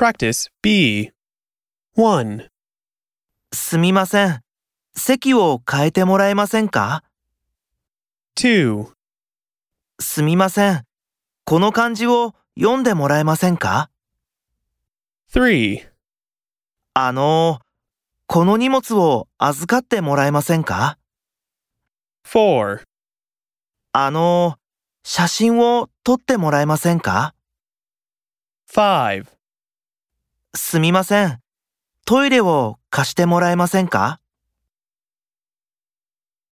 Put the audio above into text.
Practice B. 1. すみません。席を変えてもらえませんか 2. すみません。この漢字を読んでもらえませんか 3. あのー、この荷物を預かってもらえませんか 4. あのー、写真を撮ってもらえませんか 5. すみません。トイレを貸してもらえませんか